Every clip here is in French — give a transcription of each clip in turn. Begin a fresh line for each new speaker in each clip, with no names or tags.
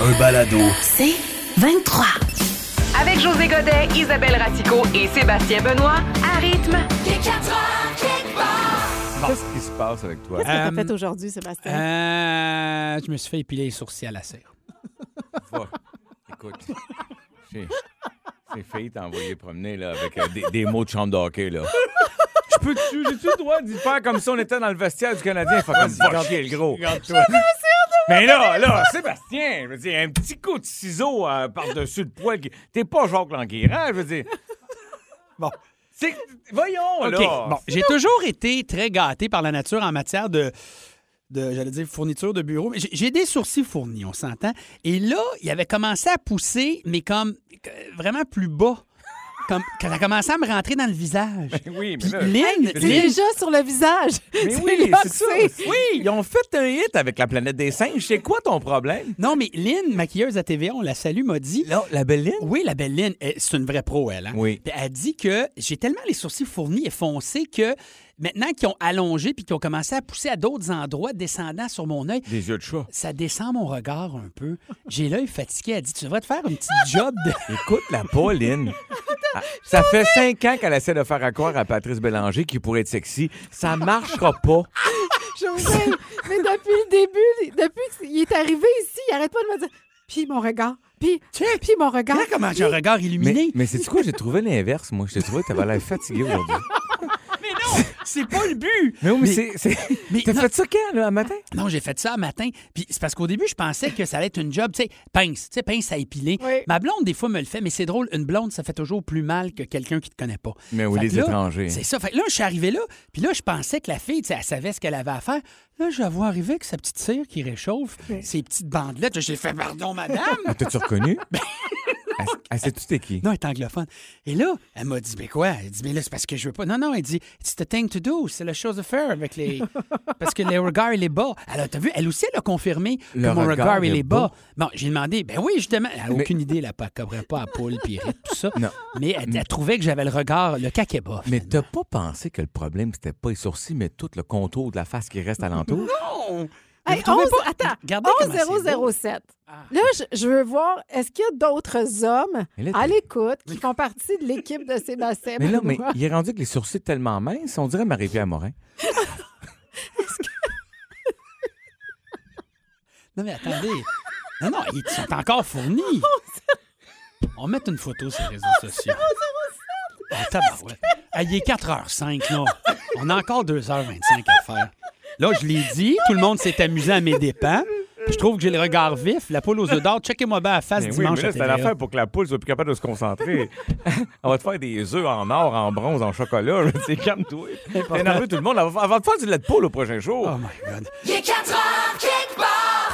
Un balado.
C'est 23.
Avec José Godet, Isabelle Ratico et Sébastien Benoît, à rythme.
Qu'est-ce qui se passe avec toi?
Qu'est-ce que t'as
Euh,
fait aujourd'hui, Sébastien?
Hein?
Euh, je me suis fait épiler les sourcils à la serre.
Va. Écoute, j'ai j'ai failli t'envoyer promener là, avec euh, des, des mots de chambre d'hockey. là. Je peux-tu, j'ai-tu le droit d'y faire comme si on était dans le vestiaire du Canadien? Fait comme va chier, le gros. Mais là, là, Sébastien, je veux dire, un petit coup de ciseau euh, par-dessus le poil. qui- T'es pas Jacques Languérin, je veux dire.
Bon.
C'est- Voyons,
OK.
Ah là.
Bon, j'ai toujours été très gâté par la nature en matière de, de j'allais dire, fourniture de bureau. Mais J'ai j'ai des sourcils fournis, on s'entend. Et là, il avait commencé à pousser, mais comme euh, vraiment plus bas. Comme, quand ça commençait à me rentrer dans le visage.
Oui, mais
Puis
là...
Lynn,
C'est
Lynn-
déjà sur le visage.
Mais
C'est
oui,
là
c'est
que
ça.
c'est.
Oui, ils ont fait un hit avec la planète des singes. C'est quoi ton problème?
non, mais Lynn, maquilleuse à TVA, on la salue, m'a dit
Là, la belle
Oui, la belle Lynn, elle, c'est une vraie pro, elle. hein.
Oui.
Puis elle dit que j'ai tellement les sourcils fournis et foncés que maintenant qu'ils ont allongé puis qu'ils ont commencé à pousser à d'autres endroits, descendant sur mon œil,
Des yeux de chat.
ça descend mon regard un peu. J'ai l'œil fatigué. Elle dit Tu devrais te faire une petite job de.
Écoute la Pauline. Ah, Ça fait cinq ans qu'elle essaie de faire à croire à Patrice Bélanger qu'il pourrait être sexy. Ça marchera pas.
José, mais depuis le début, depuis qu'il est arrivé ici, il arrête pas de me dire Puis mon regard, puis, puis mon regard.
Regarde comment j'ai un regard
Mais,
illuminé.
mais c'est quoi? J'ai trouvé l'inverse, moi. Je t'ai trouvé que t'avais l'air fatigué aujourd'hui.
C'est pas le but.
Mais oui, mais c'est- c'est.
mais
T'as
non.
fait ça quand, là, un matin?
Non, j'ai fait ça un matin. Puis c'est parce qu'au début, je pensais que ça allait être une job, tu sais, pince, tu sais, pince à épiler.
Oui.
Ma blonde, des fois, me le fait, mais c'est drôle, une blonde, ça fait toujours plus mal que quelqu'un qui te connaît pas.
Mais oui,
Fait
les
que là,
étrangers.
C'est ça. Fait que là, je suis arrivé là, puis là, je pensais que la fille, tu sais, elle savait ce qu'elle avait à faire. Là, je la vois arriver avec sa petite cire qui réchauffe, ses petites bandelettes. J'ai fait, pardon, madame.
Ah, T'as-tu reconnu? Elle- Elle sait tout t'es qui?
Non, elle est anglophone. Et là, elle m'a dit, mais quoi? Elle dit, mais là, c'est parce que je veux pas. Non, non, elle dit, it's the thing to do. C'est la chose à faire avec les. parce que le regard, il est bas. Alors, t'as vu, elle aussi, elle a confirmé
Le
que mon regard,
regard,
il
il est
est bas. Bon, j'ai demandé, ben oui, justement. Elle n'a
Mais-
aucune idée, là, elle ne comprend pas à poule, puis rite, tout ça.
Non.
Mais elle, elle trouvait que j'avais le regard, le caquet bas.
Mais t'as pas pensé que le problème, c'était pas les sourcils, mais tout le contour de la face qui reste alentour?
Hey,
Vous trouvez
11
pas-
Attends,
Regardez comment c'est beau.
11007. Là, je, je veux voir, est-ce qu'il y a d'autres hommes
Mais là,
à
t'es-
l'écoute qui font partie de l'équipe de Sébastien
Mais là, mais
Benoît?
il est rendu avec les sourcils tellement minces, on dirait Marie-Pierre Morin.
Non, mais attendez. non, non, ils sont encore fournis. On met une photo sur les réseaux sociaux. Ah, tabarouette. Ah, il est 4h05, là. On a encore 2h25 à faire. Là, je l'ai dit, tout le monde s'est amusé à mes dépens. Je trouve que j'ai le regard vif, la poule aux œufs d'or. Checkez-moi bien la face
Mais Ben oui,
dimanche
mais là,
à
c'est une
TVA.
affaire pour que la poule soit plus capable de se concentrer. on va te faire des œufs en or, en bronze, en chocolat. Je sais, calme-toi. T'es énervé tout le monde. On va te faire du lait de poule au prochain jour.
Oh my God.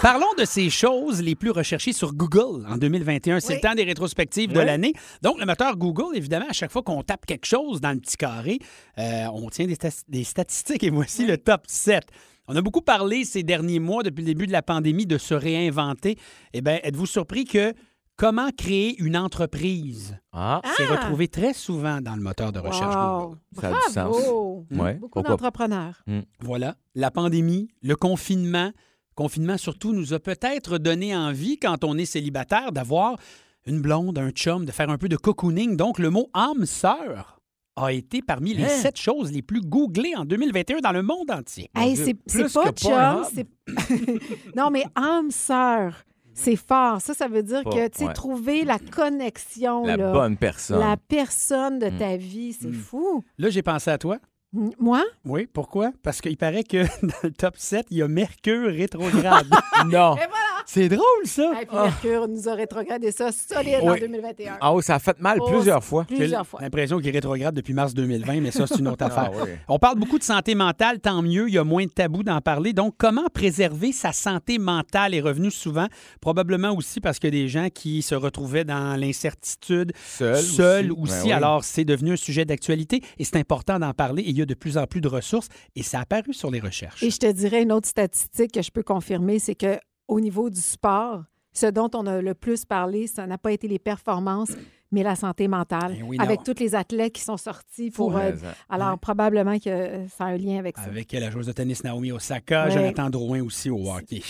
Parlons de ces choses les plus recherchées sur Google en 2021. C'est le temps des rétrospectives de l'année. Donc, le moteur Google, évidemment, à chaque fois qu'on tape quelque chose dans le petit carré, euh, on tient des, stas- des statistiques et voici le top 7. On a beaucoup parlé ces derniers mois, depuis le début de la pandémie, de se réinventer. Eh bien, êtes-vous surpris que comment créer une entreprise
Ah,
s'est retrouvé très souvent dans le moteur de recherche Google?
Wow.
Ça a du
Bravo.
sens. Ouais,
Beaucoup
pourquoi-
d'entrepreneurs.
Voilà, la pandémie, le confinement, confinement surtout nous a peut-être donné envie, quand on est célibataire, d'avoir une blonde, un chum, de faire un peu de cocooning. Donc, le mot âme sœur a été parmi
Hein?
les sept choses les plus googlées en 2021 dans le monde entier.
Hey,
Dieu,
c'est
plus
c'est pas
que Pornhub.
chum, c'est. non, mais âme sœur, c'est fort. Ça, ça veut dire
Pas-
que, tu sais,
ouais.
trouver la connexion,
La
là,
bonne Mm. personne.
la personne de ta vie, c'est fou.
Là, j'ai pensé à toi.
M- Moi?
Oui,
Ah!
pourquoi? Parce qu'il paraît que dans le top 7, il y a Mercure rétrograde.
Non.
C'est drôle, ça.
Et puis Mercure nous a rétrogradé ça solide en
Oui.
2021.
Ah oui, ça a fait mal
Oh,
plusieurs fois.
J'ai
Plusieurs fois.
l'impression qu'il est rétrograde depuis mars 2020, mais ça, c'est une autre affaire.
oui.
On parle beaucoup de santé mentale, tant mieux, il y a moins de tabous d'en parler. Donc, comment préserver sa santé mentale est revenu souvent, probablement aussi parce que des gens qui se retrouvaient dans l'incertitude,
Seul
aussi.
aussi. Ben oui.
Alors, c'est devenu un sujet d'actualité et c'est important d'en parler. Et il y a de plus en plus de ressources et ça a apparu sur les recherches.
Et je te dirais une autre statistique que je peux confirmer, c'est que au niveau du sport, ce dont on a le plus parlé, ça n'a pas été les performances, mais la santé mentale.
Eh
Ben oui, non.
avec tous les athlètes qui sont sortis pour. euh,
Mais, hein.
alors, probablement que euh, ça a un lien avec ça.
Avec euh, la joueuse de tennis Naomi Osaka,
Ouais.
Jonathan Drouin aussi au hockey.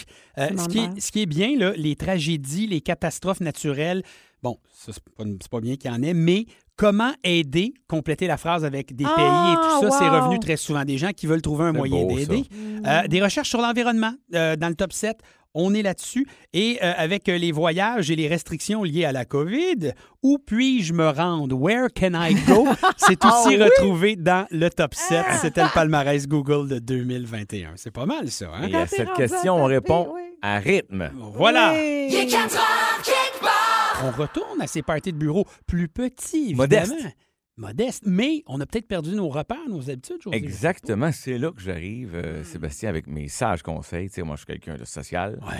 c'est
Euh, ce,
mon
qui est,
père.
ce qui est bien, là, les tragédies, les catastrophes naturelles, bon, ça, c'est pas, c'est pas bien qu'il y en ait, mais comment aider, compléter la phrase avec des
Ah,
pays et tout ça, c'est
wow.
revenu très souvent. Des gens qui veulent trouver un
C'est
moyen
beau, ça.
d'aider. Euh, des recherches sur l'environnement euh, dans le top 7. On est là-dessus. Et euh, avec euh, les voyages et les restrictions liées à la COVID, où puis-je me rendre? Where can I go? C'est aussi retrouvé dans le top 7. C'était le palmarès Google de 2021. C'est pas mal, ça. hein?
Et à
t'es
cette
rendu à
question, on
taper,
répond
oui.
à rythme.
Voilà.
Oui.
On retourne à ces parties de bureau plus petits,
Modeste.
évidemment. Modeste. Mais on a peut-être perdu nos repères, nos habitudes, José.
Exactement, c'est là que j'arrive, euh, Sébastien, avec mes sages conseils. Tu sais, moi, je suis quelqu'un de social.
Ouais.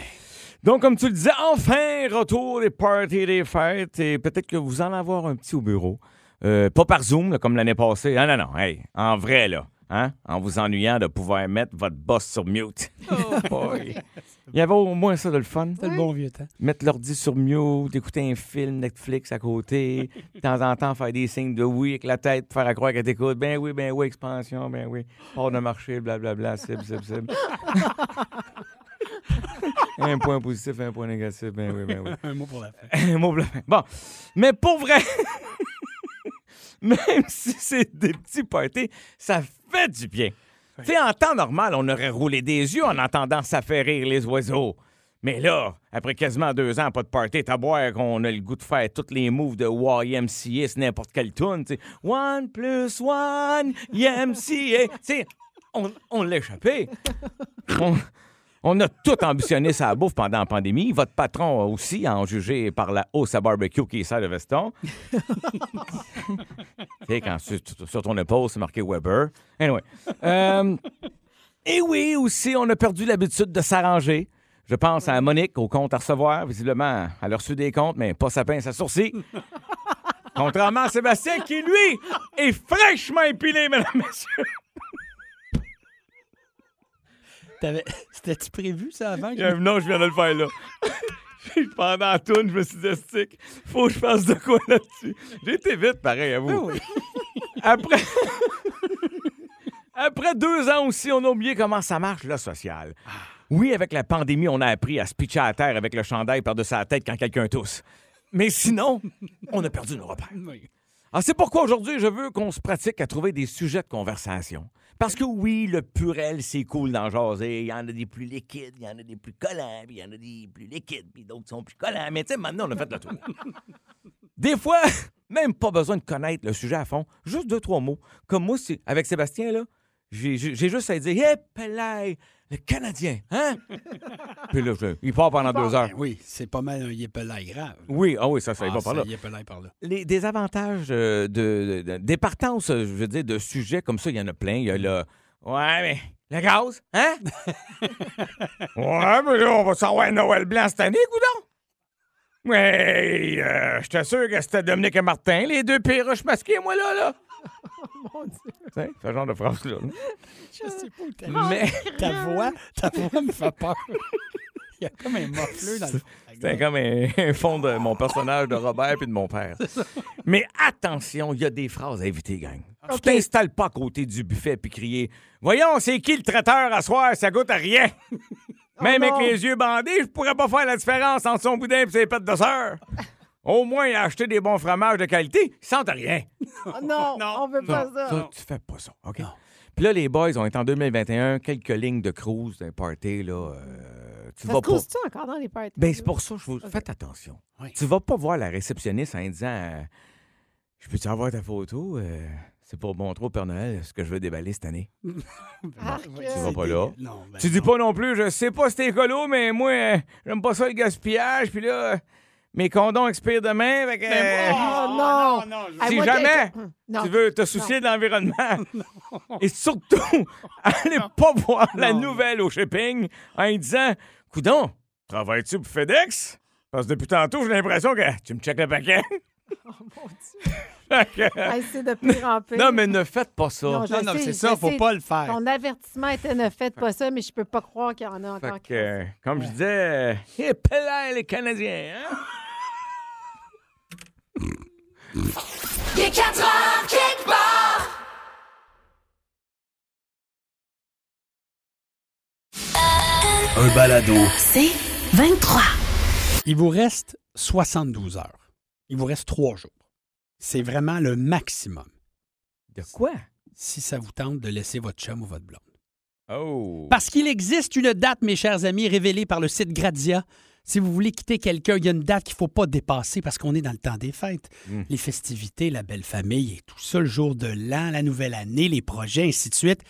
Donc, comme tu le disais, enfin, retour des parties, des fêtes, et peut-être que vous en avoir un petit au bureau. Euh, pas par Zoom, là, comme l'année passée. Ah non, non, hey, en vrai, là. Hein? En vous ennuyant de pouvoir mettre votre boss sur mute. Oh boy. Il y avait au moins ça de le fun.
C'était le bon vieux temps.
Mettre l'ordi sur mute, écouter un film Netflix à côté, de temps en temps faire des signes de oui avec la tête, pour faire à croire que t'écoutes. Ben oui, ben oui, expansion, ben oui. Hors de marché, blablabla, sib, sib, sib. un point positif, un point négatif, ben oui, ben oui.
Un mot pour la fin.
Un mot bleu. Bon, mais pour vrai, même si c'est des petits parties, ça fait du bien. Tu sais, en temps normal, on aurait roulé des yeux en entendant ça faire rire les oiseaux. Mais là, après quasiment deux ans, pas de party, t'as boire qu'on a le goût de faire toutes les moves de YMCA, c'est n'importe quelle tune. tu sais. One plus one, YMCA. Tu sais, on, on l'a échappé. On- on a tout ambitionné sa bouffe pendant la pandémie. Votre patron aussi, à en juger par la hausse à barbecue qui sert de veston. tu sais, quand sur, sur ton épaule, c'est marqué Weber. Anyway. Euh, et oui, aussi, on a perdu l'habitude de s'arranger. Je pense à Monique, au compte à recevoir. Visiblement, elle a reçu des comptes, mais pas sa pince à sourcils. Contrairement à Sébastien, qui, lui, est fraîchement épilé, mesdames, messieurs.
T'avais- C'était-tu prévu, ça, avant? que-
Il y a un- Euh, Non, je viens de le faire là. Puis Pendant la toune, je me suis dit, Stick, faut que je fasse de quoi là-dessus. J'ai été vite, pareil, à vous. Après... Après deux ans aussi, on a oublié comment ça marche, le social. Oui, avec la pandémie, on a appris à se pitcher à terre avec le chandail par-dessus la tête quand quelqu'un tousse. Mais sinon, on a perdu nos repères.
Oui.
Alors, Ah, c'est pourquoi aujourd'hui, je veux qu'on se pratique à trouver des sujets de conversation. Parce que oui, le purel, c'est cool d'en jaser. Il y en a des plus liquides, il y en a des plus collants, puis il y en a des plus liquides, puis d'autres sont plus collants. Mais tu sais, maintenant, on a fait le tour. Des fois, même pas besoin de connaître le sujet à fond. Juste deux, trois mots. Comme moi, c'est- avec Sébastien, là, j'ai j'ai- j'ai juste à dire Hip, là, le Canadien, hein? puis là, je- il part pendant deux heures.
Ben Oui, c'est pas mal un yépelail grave.
Oui, ah oui, ça, Ben ça il
Ah,
va par là.
ça, yépelail par là.
Les désavantages euh, de, de- des partances, euh, je veux dire, de sujets comme ça, il y en a plein. Il y a le Ouais, mais le gaz, hein? ouais, mais là, on va s'envoyer un Noël blanc cette année, coudon! Mais euh, j'étais sûr que c'était Dominique et Martin, les deux perruches masquées, moi, là, là! Oh, Mon Dieu! Ce genre de phrase-là.
Je sais pas où t'as-
mais
Hmm. Ta voix, ta voix me fait peur. Il y a comme un morfleux dans le fond.
c'était comme un, un fond de mon personnage de Robert puis de mon père. Mais attention, il y a des phrases à éviter, gang. Tu t'installes pas à côté du buffet puis crier Voyons, c'est qui le traiteur à soir? Ça goûte à rien.
Ah
Même avec les yeux bandés, je pourrais pas faire la différence entre son boudin et ses pattes de sœur.
Ah.
Au moins, il a acheté des bons fromages de qualité, sans rien.
Ah non, on veut pas ça.
Ça, tu fais pas ça, OK? Puis là, les boys ont été en 2021 quelques lignes de cruise, d'un party, là. euh, tu
Ça
vas
se
pas.
cause-tu encore dans les parties?
Ben, c'est pour ça que je vous. Faites attention.
Oui.
Tu vas pas voir la réceptionniste en disant euh, Je peux-tu avoir ta photo? Euh, C'est pour bon trop, Père Noël, ce que je veux déballer cette année.
Arc.
Tu vas pas là.
Non, ben
tu dis pas non plus, je sais pas si t'es écolo, mais moi, euh, j'aime pas ça le gaspillage. Puis là, euh, mes condoms expirent demain. Fait que,
Ben
euh,
Oh, non.
non,
À
Si
moins que-
jamais
Hmm. Non.
tu veux te soucier de l'environnement. Et surtout, allez pas voir la nouvelle au shipping en lui disant Coudon, travailles-tu pour FedEx Parce que depuis tantôt, j'ai l'impression que tu me checkes le paquet. Fait que-
Hey, c'est de pire en pire.
euh, non, mais ne faites pas ça.
Non, je
Non, non,
sais,
c'est
je
ça, faut
sais.
pas le faire.
Ton avertissement était ne faites pas ça, mais je peux pas croire qu'il y en a
Fait
encore.
que, euh, comme je disais, euh, hip, là, les Canadiens, hein?
Un balado.
C'est 23.
Il vous reste 72 heures. Il vous reste trois jours. C'est vraiment le maximum
De quoi?
si ça vous tente de laisser votre chum ou votre blonde.
Oh.
Parce qu'il existe une date, mes chers amis, révélée par le site Gradia. Si vous voulez quitter quelqu'un, il y a une date qu'il ne faut pas dépasser parce qu'on est dans le temps des fêtes.
Mm.
Les festivités, la belle famille et tout ça, le jour de l'an, la nouvelle année, les projets, ainsi de suite.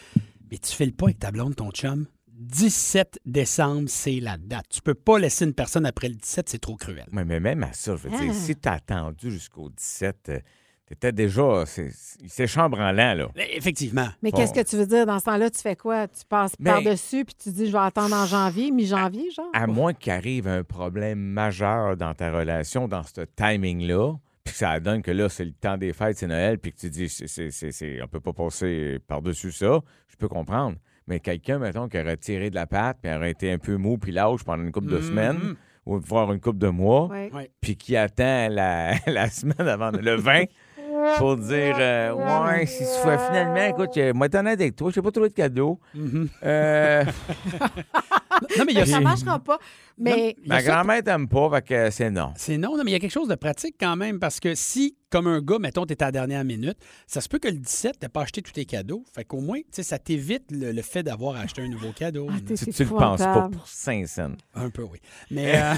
Mais tu fais le pas avec ta blonde, ton chum. 17 décembre, c'est la date. Tu peux pas laisser une personne après le 17, c'est trop cruel.
Mais, mais même à ça, je veux
Ah.
dire, si t'as attendu jusqu'au 17, euh, t'étais déjà. c'est- c'est- Il s'échambre en l'an, là.
Mais Effectivement.
Mais
Bon.
qu'est-ce que tu veux dire? Dans ce temps-là, tu fais quoi? Tu passes
Mais-
par-dessus puis tu dis je vais attendre en janvier, mi-janvier, genre?
À moins qu'il arrive un problème majeur dans ta relation, dans ce timing-là, puis que ça donne que là, c'est le temps des fêtes, c'est Noël, puis que tu dis, c'est, c'est, c'est, c'est- on peut pas passer par-dessus ça, je peux comprendre. Mais quelqu'un, mettons, qui aurait tiré de la patte, puis aurait été un peu mou, puis lâche pendant une couple de
Mhm.
semaines, ou voire une couple de mois,
Ouais.
puis qui attend la, la semaine avant le 20 pour dire euh, Ouais, si tu fais finalement, écoute, euh, moi, t'es honnête avec toi, je pas trouvé de cadeau. Euh,
Non, mais il y a
Ça marchera pas. Mais
Il y a
ma
ça-
grand-mère t'aime pas, fait que c'est non.
C'est non, non, mais il y a quelque chose de pratique quand même, parce que si, comme un gars, mettons, t'es à la dernière minute, ça se peut que le 17, t'as pas acheté tous tes cadeaux. Fait qu'au moins, tu sais, ça t'évite le, le fait d'avoir acheté un nouveau cadeau.
Ah, t'es-
Tu,
C'est
tu le penses pas
épouvantable.
pour 5 cents.
un peu, oui.
Eh.
Mais euh,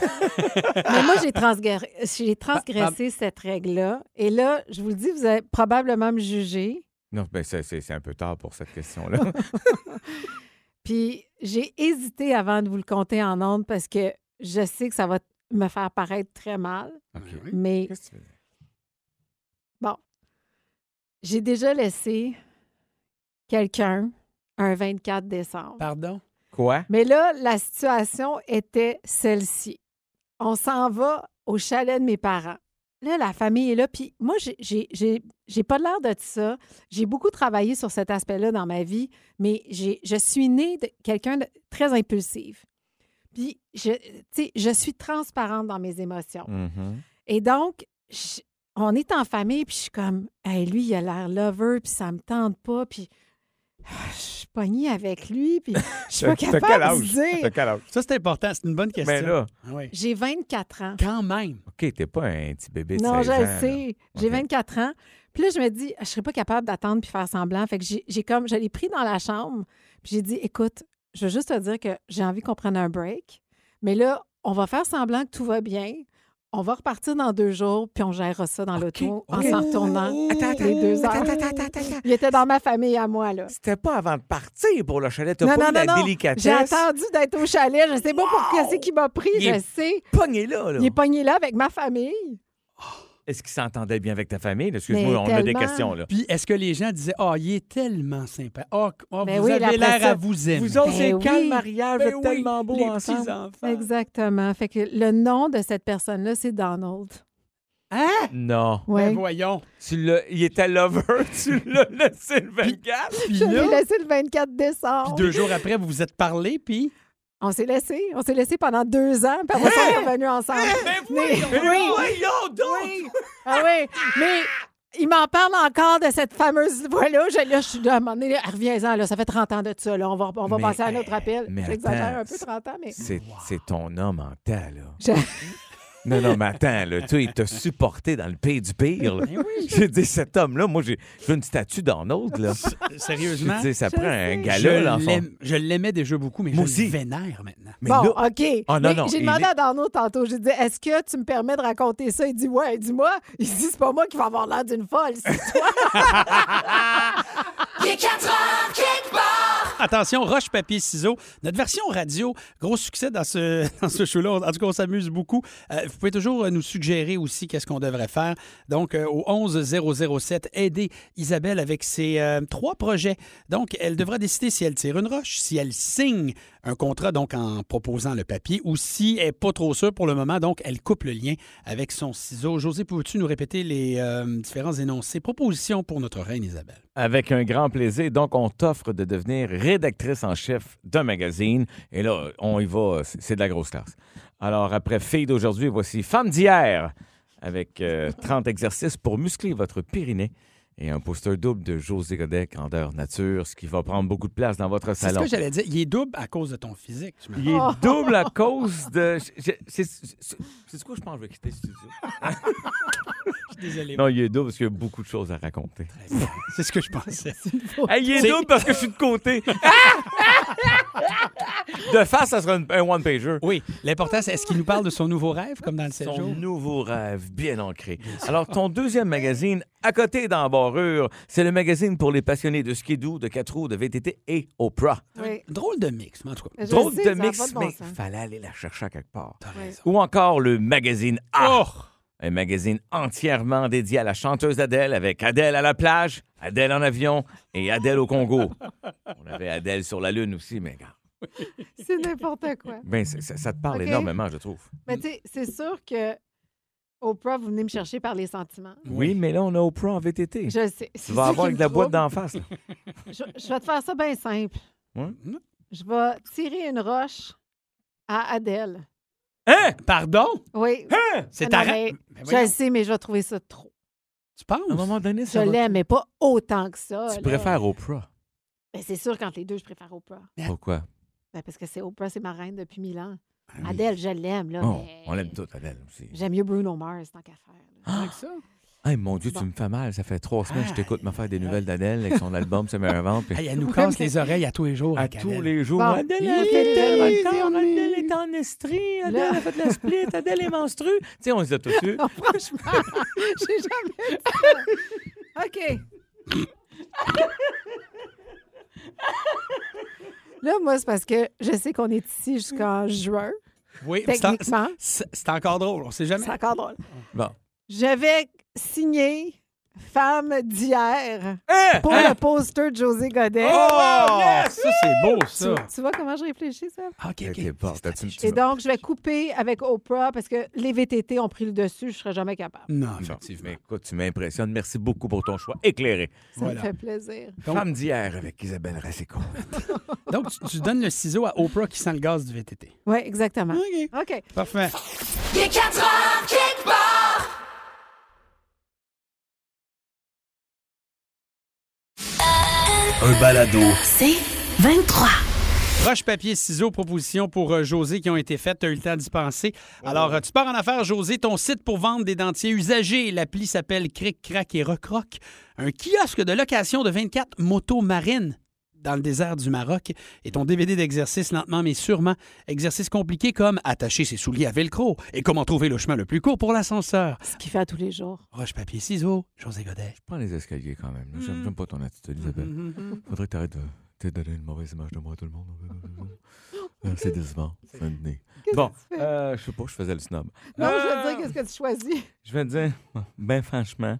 Mais moi, j'ai transgré- j'ai transgressé cette règle-là. Et là, je vous le dis, vous allez probablement me juger.
Non, ben c'est, c'est- c'est un peu tard pour cette question-là.
Puis j'ai hésité avant de vous le compter en ondes parce que je sais que ça va t- me faire paraître très mal.
oui.
Mais
Qu'est-ce que tu veux?
j'ai déjà laissé quelqu'un un 24 décembre.
pardon.
Quoi?
Mais là, la situation était celle-ci. On s'en va au chalet de mes parents. Là, la famille est là. Puis moi, j'ai- j'ai- j'ai j'ai pas l'air de ça. J'ai beaucoup travaillé sur cet aspect-là dans ma vie, mais j'ai- je suis née de quelqu'un de très impulsif. Puis, je, tu sais, je suis transparente dans mes émotions.
Mhm.
Et donc, je- on est en famille, puis je suis comme, hey, lui, il a l'air lover, puis ça me tente pas, puis ah, je suis pognée avec lui, puis je suis pas
T'as- t'as quel
capable de
âge?
dire.
T'as quel âge?
Ça, c'est important. C'est une bonne question.
Mais Ben là,
Ah oui.
J'ai 24 ans.
Quand même.
OK, t'es pas un petit bébé de
Non,
16
je
ans.
le
là.
sais. J'ai
OK.
24 ans. Puis là, je me dis, je serais pas capable d'attendre puis faire semblant. Fait que j'ai j'ai comme, je l'ai pris dans la chambre. Puis j'ai dit, écoute, je veux juste te dire que j'ai envie qu'on prenne un break. Mais là, on va faire semblant que tout va bien. On va repartir dans deux jours, puis on gérera ça dans l'auto en s'en retournant. les deux heures. Il était dans ma famille à moi, là.
C'était pas avant de partir pour le chalet. T'as
Non,
pas
non,
eu la
non, non.
délicatesse.
J'ai attendu d'être au chalet. Je sais pas pour qu'est-ce qui m'a pris.
Il est
Je sais.
Pogné là, là.
Il est pogné là avec ma famille.
Est-ce qu'il s'entendait bien avec ta famille? Excuse-moi,
Mais
on a des
tellement.
questions, là.
Puis, est-ce que les gens disaient, ah, il est tellement sympa. Ah, ah,
Ben
vous
oui, là,
avez
après
l'air
ça,
à vous aimer.
Vous autres,
Ben
c'est
oui.
quand le mariage?
Ben
Vous êtes
oui,
tellement beaux
les
ensemble.
petits-enfants.
Exactement. Fait que le nom de cette personne-là, c'est Donald.
Hein?
Non.
Ben
Ouais.
voyons.
Tu l'as- il était lover, tu l'as laissé le 24.
Puis
Je l'ai
là,
laissé le 24
puis
décembre.
deux jours après, vous vous êtes parlé, puis...
On s'est laissé. On s'est laissé pendant deux ans, puis après ça, on est revenus ensemble.
ben
Mais-
Ben voyons donc!
Ah oui, mais il m'en parle encore de cette fameuse voix-là. Je, là, je suis là, à un moment donné, là, reviens-en, là, ça fait 30 ans de ça. Là. On va, on va
Mais-
passer à un autre appel.
mais
J'exagère
attends,
un peu,
c'est-
30 ans, mais...
C'est c'est ton homme en temps, là.
Je-
Non, non, mais attends, là, tu sais, il t'a supporté dans le pays du pire. là. Je dis, cet homme-là, moi, j'ai je veux une statue d'Arnold, là.
Sérieusement?
Je dis, ça
Je
prend un
sais.
Je
gala, l'enfant.
l'aime- je l'aimais déjà beaucoup, mais
Moi
je
aussi.
le vénère maintenant.
Mais
bon,
là,
OK.
Ah, non,
Mais
non,
J'ai
il
demandé
est-
à Dano tantôt. J'ai dit, est-ce que tu me permets de raconter ça? Il dit, ouais, dis-moi. Il dit, c'est pas moi qui vais avoir l'air d'une folle. c'est toi.
Attention, roche, papier, ciseaux. Notre version radio, gros succès dans ce, dans ce show-là. En tout cas, on s'amuse beaucoup. Euh, vous pouvez toujours euh, nous suggérer aussi qu'est-ce qu'on devrait faire. Donc, euh, au 11 007, aider Isabelle avec ses euh, trois projets. Donc, elle devra décider si elle tire une roche, si elle signe un contrat, donc en proposant le papier, ou si elle n'est pas trop sûre pour le moment. Donc, elle coupe le lien avec son ciseau. José, peux-tu nous répéter les euh, différents énoncés, propositions pour notre reine Isabelle?
Avec un grand plaisir. Donc, on t'offre de devenir rédactrice en chef d'un magazine. Et là, on y va. C'est c'est de la grosse classe. Alors, après Fille d'aujourd'hui, voici Femme d'hier avec euh, 30 exercices pour muscler votre périnée et un poster double de José Godet, grandeur nature, ce qui va prendre beaucoup de place dans votre
C'est ce
salon.
que Oh! j'allais dire. Il est double à cause de ton physique. je me
Il est double à cause de. je- je- C'est c'est- c'est quoi, je pense que je vais quitter le studio.
Désolé.
Non, il est double parce qu'il y a beaucoup de choses à raconter.
C'est ce que je pensais.
Hey, il est
C'est-
double parce que je suis de côté. de face, ça sera une- un one-pager.
Oui, l'important, c'est est-ce qu'il nous parle de son nouveau rêve, comme dans le 7
Ton
jours?
nouveau rêve bien ancré. Alors, ton deuxième magazine, à côté d'Embarrure, c'est le magazine pour les passionnés de skidoo, de 4 roues, de VTT et Oprah.
Oui.
Drôle de mix, mais en tout cas.
Je
Drôle
sais,
de
ça a pas
mix,
de bon
mais
sens.
fallait aller la chercher à quelque part.
T'as
Ouais.
raison.
Ou encore le magazine A.
Oh!
Un magazine entièrement dédié à la chanteuse Adèle, avec Adèle à la plage, Adèle en avion et Adèle au Congo. On avait Adèle sur la Lune aussi, mais regarde.
C'est n'importe quoi.
Ben, c'est- ça, ça te parle
OK.
énormément, je trouve.
Mais tu sais, c'est sûr que Oprah, vous venez me chercher par les sentiments.
Oui, mais là, on a Oprah en VTT.
Je sais.
Tu vas avoir avec la boîte
boîte
d'en face. là.
Je, je vais te faire ça bien simple.
Ouais.
Je vais tirer une roche à Adèle.
Hein?
Pardon?
Oui.
C'est
Ah Non,
ta
mais
rêve.
Ben
Je le sais, mais je vais trouver ça trop.
Tu penses?
À un moment donné,
Je
ça va-
l'aime, mais pas autant que ça.
Tu
là.
préfères Oprah.
Ben, c'est sûr, quand les deux, je préfère Oprah.
Pourquoi?
Ben, parce que c'est Oprah, c'est ma reine depuis mille ans.
oui.
Adèle, je l'aime. là,
Bon,
mais
Oh, on l'aime toutes, Adèle aussi.
J'aime mieux Bruno Mars, tant qu'à faire. là.
Avec ça?
Hey, mon Dieu,
Bon. Ah.
tu me fais mal. Ça fait trois semaines que je t'écoute
Aïe.
me faire des nouvelles d'Adèle avec son album Ça me revend. Puis...
Hey, elle nous
Oui,
casse
mais-
les oreilles à tous les jours.
À
avec
tous
Adèle.
les jours.
Bon.
Adèle,
Il
elle
est
fait tellement de
tellement
temps.
mignon.
Adèle est en estrie. Adèle
Là.
a fait de la split. Adèle est menstrue. Tu sais, on les a tous eus.
Non, franchement, j'ai jamais dit ça. OK. Là, moi, c'est parce que je sais qu'on est ici jusqu'en juin,
Oui, c'est en-
techniquement.
c'est c'est encore drôle, on sait jamais.
C'est encore drôle.
Bon.
Je vais signer Femme d'hier
Hein?
pour
Hein?
le poster de José Godet.
Oh! Ça, c'est beau,
Tu,
ça.
tu vois comment je réfléchis, ça?
OK,
Ok,
OK.
bon,
C'est
t'as-tu-
stratégique.
tu-
Et donc, je vais couper avec Oprah parce que les VTT ont pris le dessus, je ne serais jamais capable.
Non,
Bon,
effectivement.
mais écoute, tu m'impressionnes. Merci beaucoup pour ton choix éclairé.
Ça
Voilà.
me fait plaisir.
Donc-
Femme d'hier avec Isabelle Racicot.
Donc, tu, tu donnes le ciseau à Oprah qui sent le gaz du VTT.
Oui, exactement.
OK.
OK.
Parfait.
Un balado.
C'est 23.
Roche, papier, ciseaux, propositions pour euh, José qui ont été faites. Tu as eu le temps d'y penser. Alors, euh, tu pars en affaires, José. Ton site pour vendre des dentiers usagés. L'appli s'appelle Cric, Crac et Recroc. Un kiosque de location de 24 motos marines dans le désert du Maroc. Et ton DVD d'exercice, lentement mais sûrement. Exercice compliqué comme attacher ses souliers à velcro et comment trouver le chemin le plus court pour l'ascenseur.
Ce qu'il fait à tous les jours.
Roche, papier, ciseaux. José Godet.
Prends les escaliers quand même. là. J'aime
Mm.
j'aime pas ton attitude, Isabelle.
Mm-hmm.
Mm-hmm.
Faudrait que t'arrêtes de t'es donner une mauvaise image de moi à tout le monde. Euh, C'est décevant. C'est un nez.
Qu'est-ce
Bon,
que tu fais?
euh, je sais pas, je faisais le snob.
Non, je
Euh,
veux dire,
Ah.
qu'est-ce que tu choisis?
Je vais te dire, ben franchement,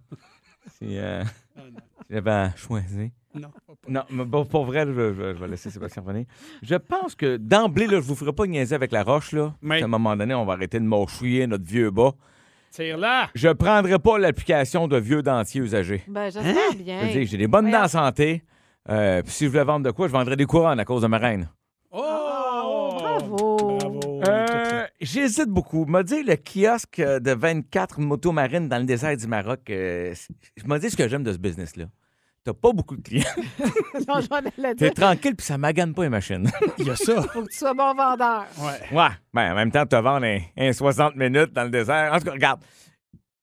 si euh,
Ah,
j'avais à choisir.
Non,
Non, mais bon, pour vrai, là, je, je- je vais laisser Sébastien revenir. Je pense que d'emblée, là, je vous ferai pas niaiser avec la roche. Là.
Mais-
À un moment donné, on va arrêter de mâchouiller notre vieux bas.
Tire là.
Je prendrai pas l'application de vieux dentiers usagés.
Ben, j'espère
Hein?
Je veux
bien.
dire, j'ai des bonnes dents
Voyons.
en santé. Euh, puis si je voulais vendre de quoi, je vendrais des couronnes à cause de ma reine.
Oh!
Bravo.
Bravo.
Euh, J'hésite beaucoup. M'a dit le kiosque euh, de 24 motomarines dans le désert du Maroc. euh, c- je m'a dit ce que j'aime de ce business-là. t'as pas beaucoup de clients.
Non, j'en allais
T'es
dire.
tranquille, puis ça magane pas les machines.
Il y a ça.
Faut que tu sois bon vendeur.
Ouais. Ben, en même temps, te vendre un, un 60 minutes dans le désert. En tout cas, regarde.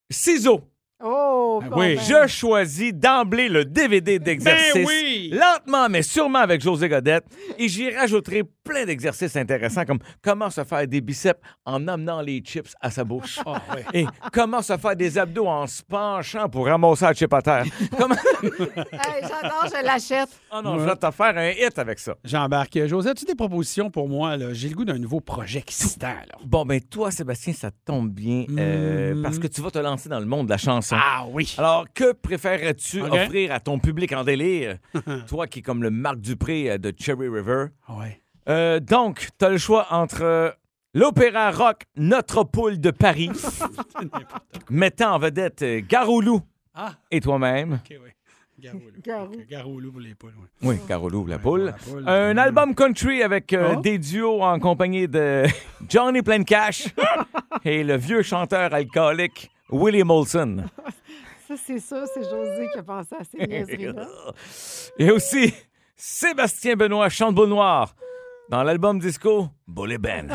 Ciseaux.
Oh, bon
Ah oui.
ben.
Je choisis d'emblée le DVD d'exercice.
Ben oui!
Lentement, mais sûrement avec José Godette. Et j'y rajouterai plein d'exercices intéressants comme comment se faire des biceps en amenant les chips à sa bouche.
Oh. Ah
Et comment se faire des abdos en se penchant pour ramasser la chip à terre. Comment...
Hey, J'adore, je l'achète.
Oh non, je vais te faire un hit avec ça.
J'embarque. José, as-tu des propositions pour moi? là? J'ai le goût d'un nouveau projet excitant. là.
Bon, ben toi, Sébastien, ça tombe bien euh,
Mhm.
parce que tu vas te lancer dans le monde de la chanson.
Ah oui.
Alors, que préférerais-tu
Ok.
offrir à ton public en délire? Toi qui es comme le Marc Dupré euh, de Cherry River.
Ah Ouais.
Euh, donc, t'as le choix entre euh, l'opéra rock Notre Poule de Paris, mettant en vedette euh, Garoulou
Ah,
et toi-même.
OK, oui. Garoulou.
Garou.
Ok, Garoulou pour les poules. ouais.
Oui, Garoulou, la
Oh. Ouais,
poule. Euh,
la poule.
Un
Mm.
album country avec euh,
Oh.
des duos en compagnie de Johnny Plaincash et le vieux chanteur alcoolique Willie Molson.
Ça, c'est sûr, c'est José qui a pensé à ces niaiseries-là.
Et aussi Sébastien Benoît Chante-Beaunoir dans l'album disco Bully Ben.